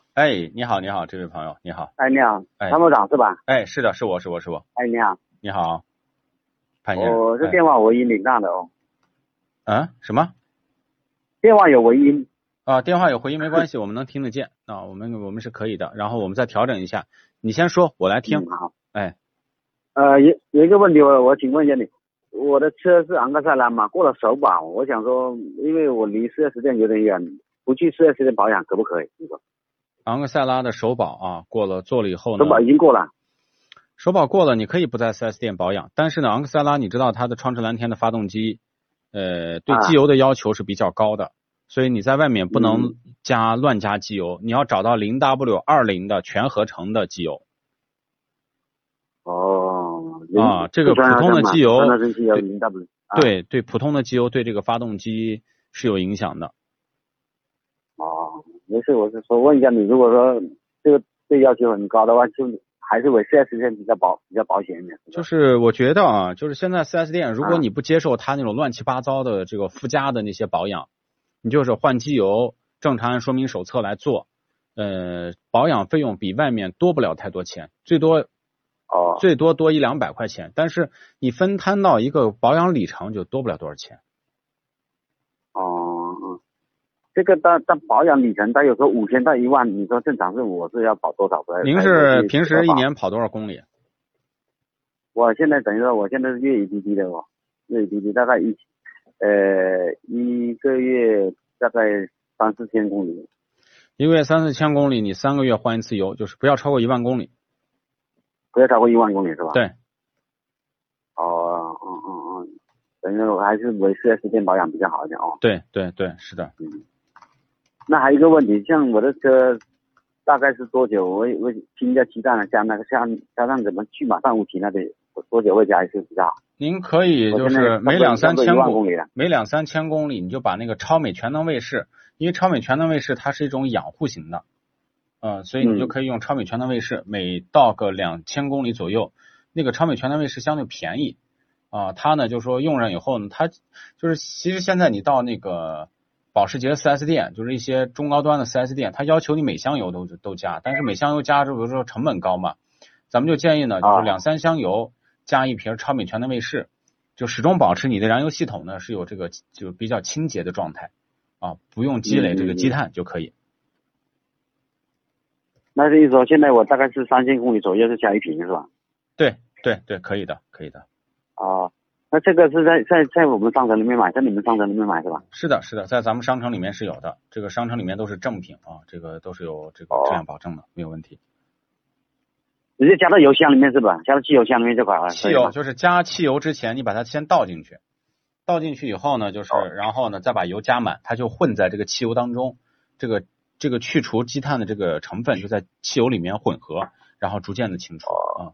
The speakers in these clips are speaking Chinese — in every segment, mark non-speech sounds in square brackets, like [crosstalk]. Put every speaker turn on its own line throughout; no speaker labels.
哎，你好，你好，这位朋友，你好，
哎，你好，
哎
参谋长是吧？
哎，是的，是我是我是我，
哎，你好，
你好，潘先生，
我这
哎
哦电话我已经领上了哦，
啊什么
电话有回音，
啊？电话有回音没关系，我们能听得见啊，我们我们是可以的，然后我们再调整一下，你先说，我来听
嗯，好，
哎，
呃，有有一个问题，我我请问一下你，我的车是昂克赛拉嘛，过了首保，我想说，因为我离四 S 店有点远，不去四 S 店保养可不可以？你说
昂克赛拉的首保啊过了做了以后呢
首，保已经过了，
首保过了，你可以不在 4S 店保养，但是呢，昂克赛拉你知道它的创驰蓝天的发动机，呃，对
啊
机油的要求是比较高的，所以你在外面不能
嗯
加、乱加机油，你要找到零 W 二零的全合成的机油。
哦，
啊这个普通的机油
那是机油
对
零 W，啊
对对，普通的机油对这个发动机是有影响的。
哦，没事，我是说问一下你，如果说这个这要求很高的话，就还是为四 S 店比较保比较保险一点，是吧
就是我觉得啊，就是现在 4S 店，如果你不接受它那种乱七八糟的这个附加的那些保养，你就是换机油，正常按说明手册来做，呃，保养费用比外面多不了太多钱，最多
哦，
最多多一两百块钱，但是你分摊到一个保养里程就多不了多少钱。
哦，嗯，这个它它保养里程，它有时候五千到一万，你说正常是我是要保多少的？
您
还
是
去
平
社
时一
保？
年跑多少公里？
我现在等于说我现在是粤语滴滴的哦，粤语滴滴大概一呃一个月大概三四千公里。
一个月三四千公里，你三个月换一次油，就是不要超过一万公里。
不要超过一万公里是吧？。
对，
哦，嗯嗯嗯，等于说我还是维四 S 店保养比较好一点哦。
对对对，是的。
那还有一个问题，像我的车大概是多久？我我新加鸡蛋了，加那个加加上怎么去马上无锡那里多久会加一次比较好？
您可以
我
就
现在
是
差
每
不多
两三
差
千
不多一万公里了
每两三千公里你就把那个超美全能卫士，因为超美全能卫士它是一种养护型的，呃，所以你就
嗯
可以用超美全能卫士，每到个两千公里左右，那个超美全能卫士相对便宜，啊、它呢就是说用上以后呢，它就是其实现在你到那个保时捷 4S 店，就是一些中高端的 4S 店，它要求你每箱油都都加，但是每箱油加，这不是说成本高嘛？咱们就建议呢，就是
啊
两三箱油加一瓶超美全能卫士，就始终保持你的燃油系统呢是有这个就比较清洁的状态啊，不用积累这个积碳就可以。
那是意思说，现在我大概是三千公里左右是加一瓶是吧？
对对对，可以的，可以的。
啊、那这个是在在在我们商城里面买，在你们商城里面买是吧？
是的，是的，在咱们商城里面是有的，这个商城里面都是正品啊，这个都是有这个质量保证的，没有问题。
直接加到油箱里面是吧？加到汽油箱里面就好了。
汽
啊可以
油
吗
就是加汽油之前，你把它先倒进去，倒进去以后呢，就是
哦
然后呢再把油加满，它就混在这个汽油当中，这个这个去除积碳的这个成分就在汽油里面混合，然后逐渐的清除啊、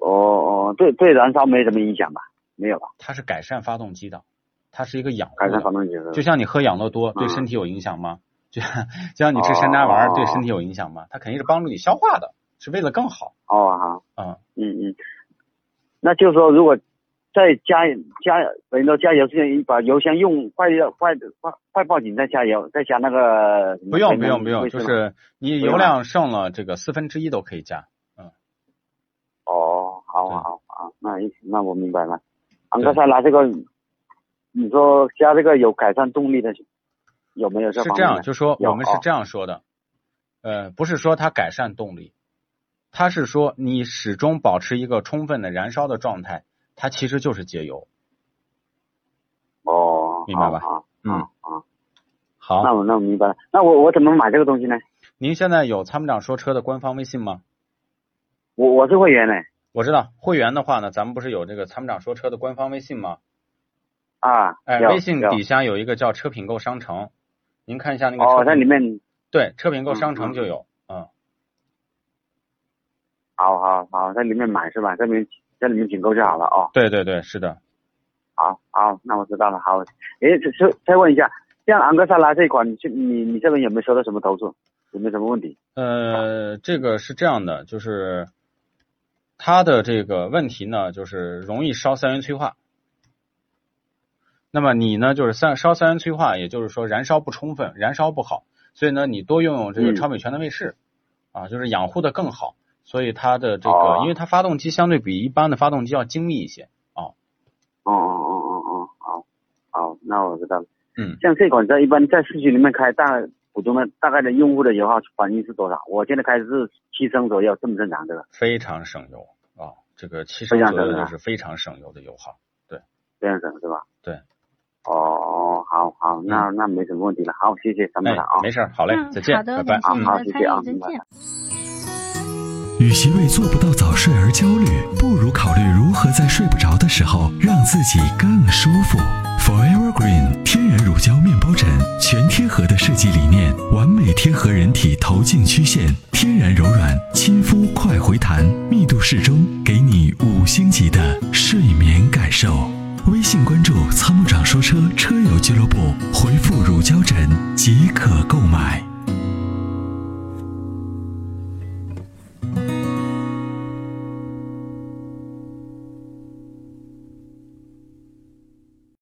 哦哦，对对，燃烧没什么影响吧？没有吧？
它是改善发动机的，它是一个养护
改善发
的，
动机是吧
就像你喝养乐多对
嗯哦
身体有影响吗？就 [laughs] 就像你吃山楂丸儿对身体有影响吗？它肯定是帮助你消化的，是为了更好
哦好，
啊。
嗯嗯，那就是说如果再加加，等于说加油之前把油箱用快要快快快报警再加油，再加那个
不用不用不用，就
卫生
是你
不
油
用
量剩了这个四分之一都可以加。
哦，好
对
好好好，那一那我明白了。昂克赛拉这个，你说加这个有改善动力的，有没有这
是
方
这
面
样，
的？
就说
有
我们是
哦
这样说的，呃，不是说它改善动力，它是说你始终保持一个充分的燃烧的状态，它其实就是节油。
哦，
明白吧
啊
嗯
啊啊，
好，
那我那我明白了。那我我怎么买这个东西呢？
您现在有参谋长说车的官方微信吗？
我我是会员呢。
我知道会员的话呢，咱们不是有这个参谋长说车的官方微信吗？
啊，
哎，
有
微信
有
底下有一个叫车品购商城，您看一下那个车
哦，
品
在里面，
对车品购
嗯
商
嗯
城就有，嗯，
好好好，在里面买是吧？在里面在里面请购就好了哦。
对对对，是的，
好好，那我知道了。好，诶，再再再问一下，像昂克赛拉这款，你这你你这边有没有收到什么投诉？有没有什么问题？
呃，这个是这样的，就是它的这个问题呢，就是容易烧三元催化。那么你呢，就是三烧三元催化，也就是说燃烧不充分，燃烧不好，所以呢，你多用用这个
嗯
超美全的卫士、啊，就是养护的更好。所以它的这个，
哦
因为它发动机相对比一般的发动机要精密一些，
哦哦哦哦哦，好，好，那我知道了。
嗯，
像这款车一般在市区里面开，大普通的大概的用户的油耗反应是多少？我现在开的是七升左右，正不正常？这个
非常省油啊。这个七升
非常
左右
省油
就是非常省油的油耗。
这样子是吧？
对。嗯
哦哦，好好，那那没什么问题了。好，谢谢参谋
哎
长啊，。
没事儿，好嘞，
嗯
再见，
好的，
拜拜。
感谢
嗯
您
好
的
谢谢
参与，
啊
再
明白
见。
与其为做不到早睡而焦虑，不如考虑如何在睡不着的时候让自己更舒服。Forever Green 天然乳胶面包枕，全贴合的设计理念，完美贴合人体头颈曲线，天然柔软，亲肤快回弹，密度适中，给你五星级的睡眠感受。微信关注“参谋长说车”车友俱乐部，回复“乳胶枕”即可购买。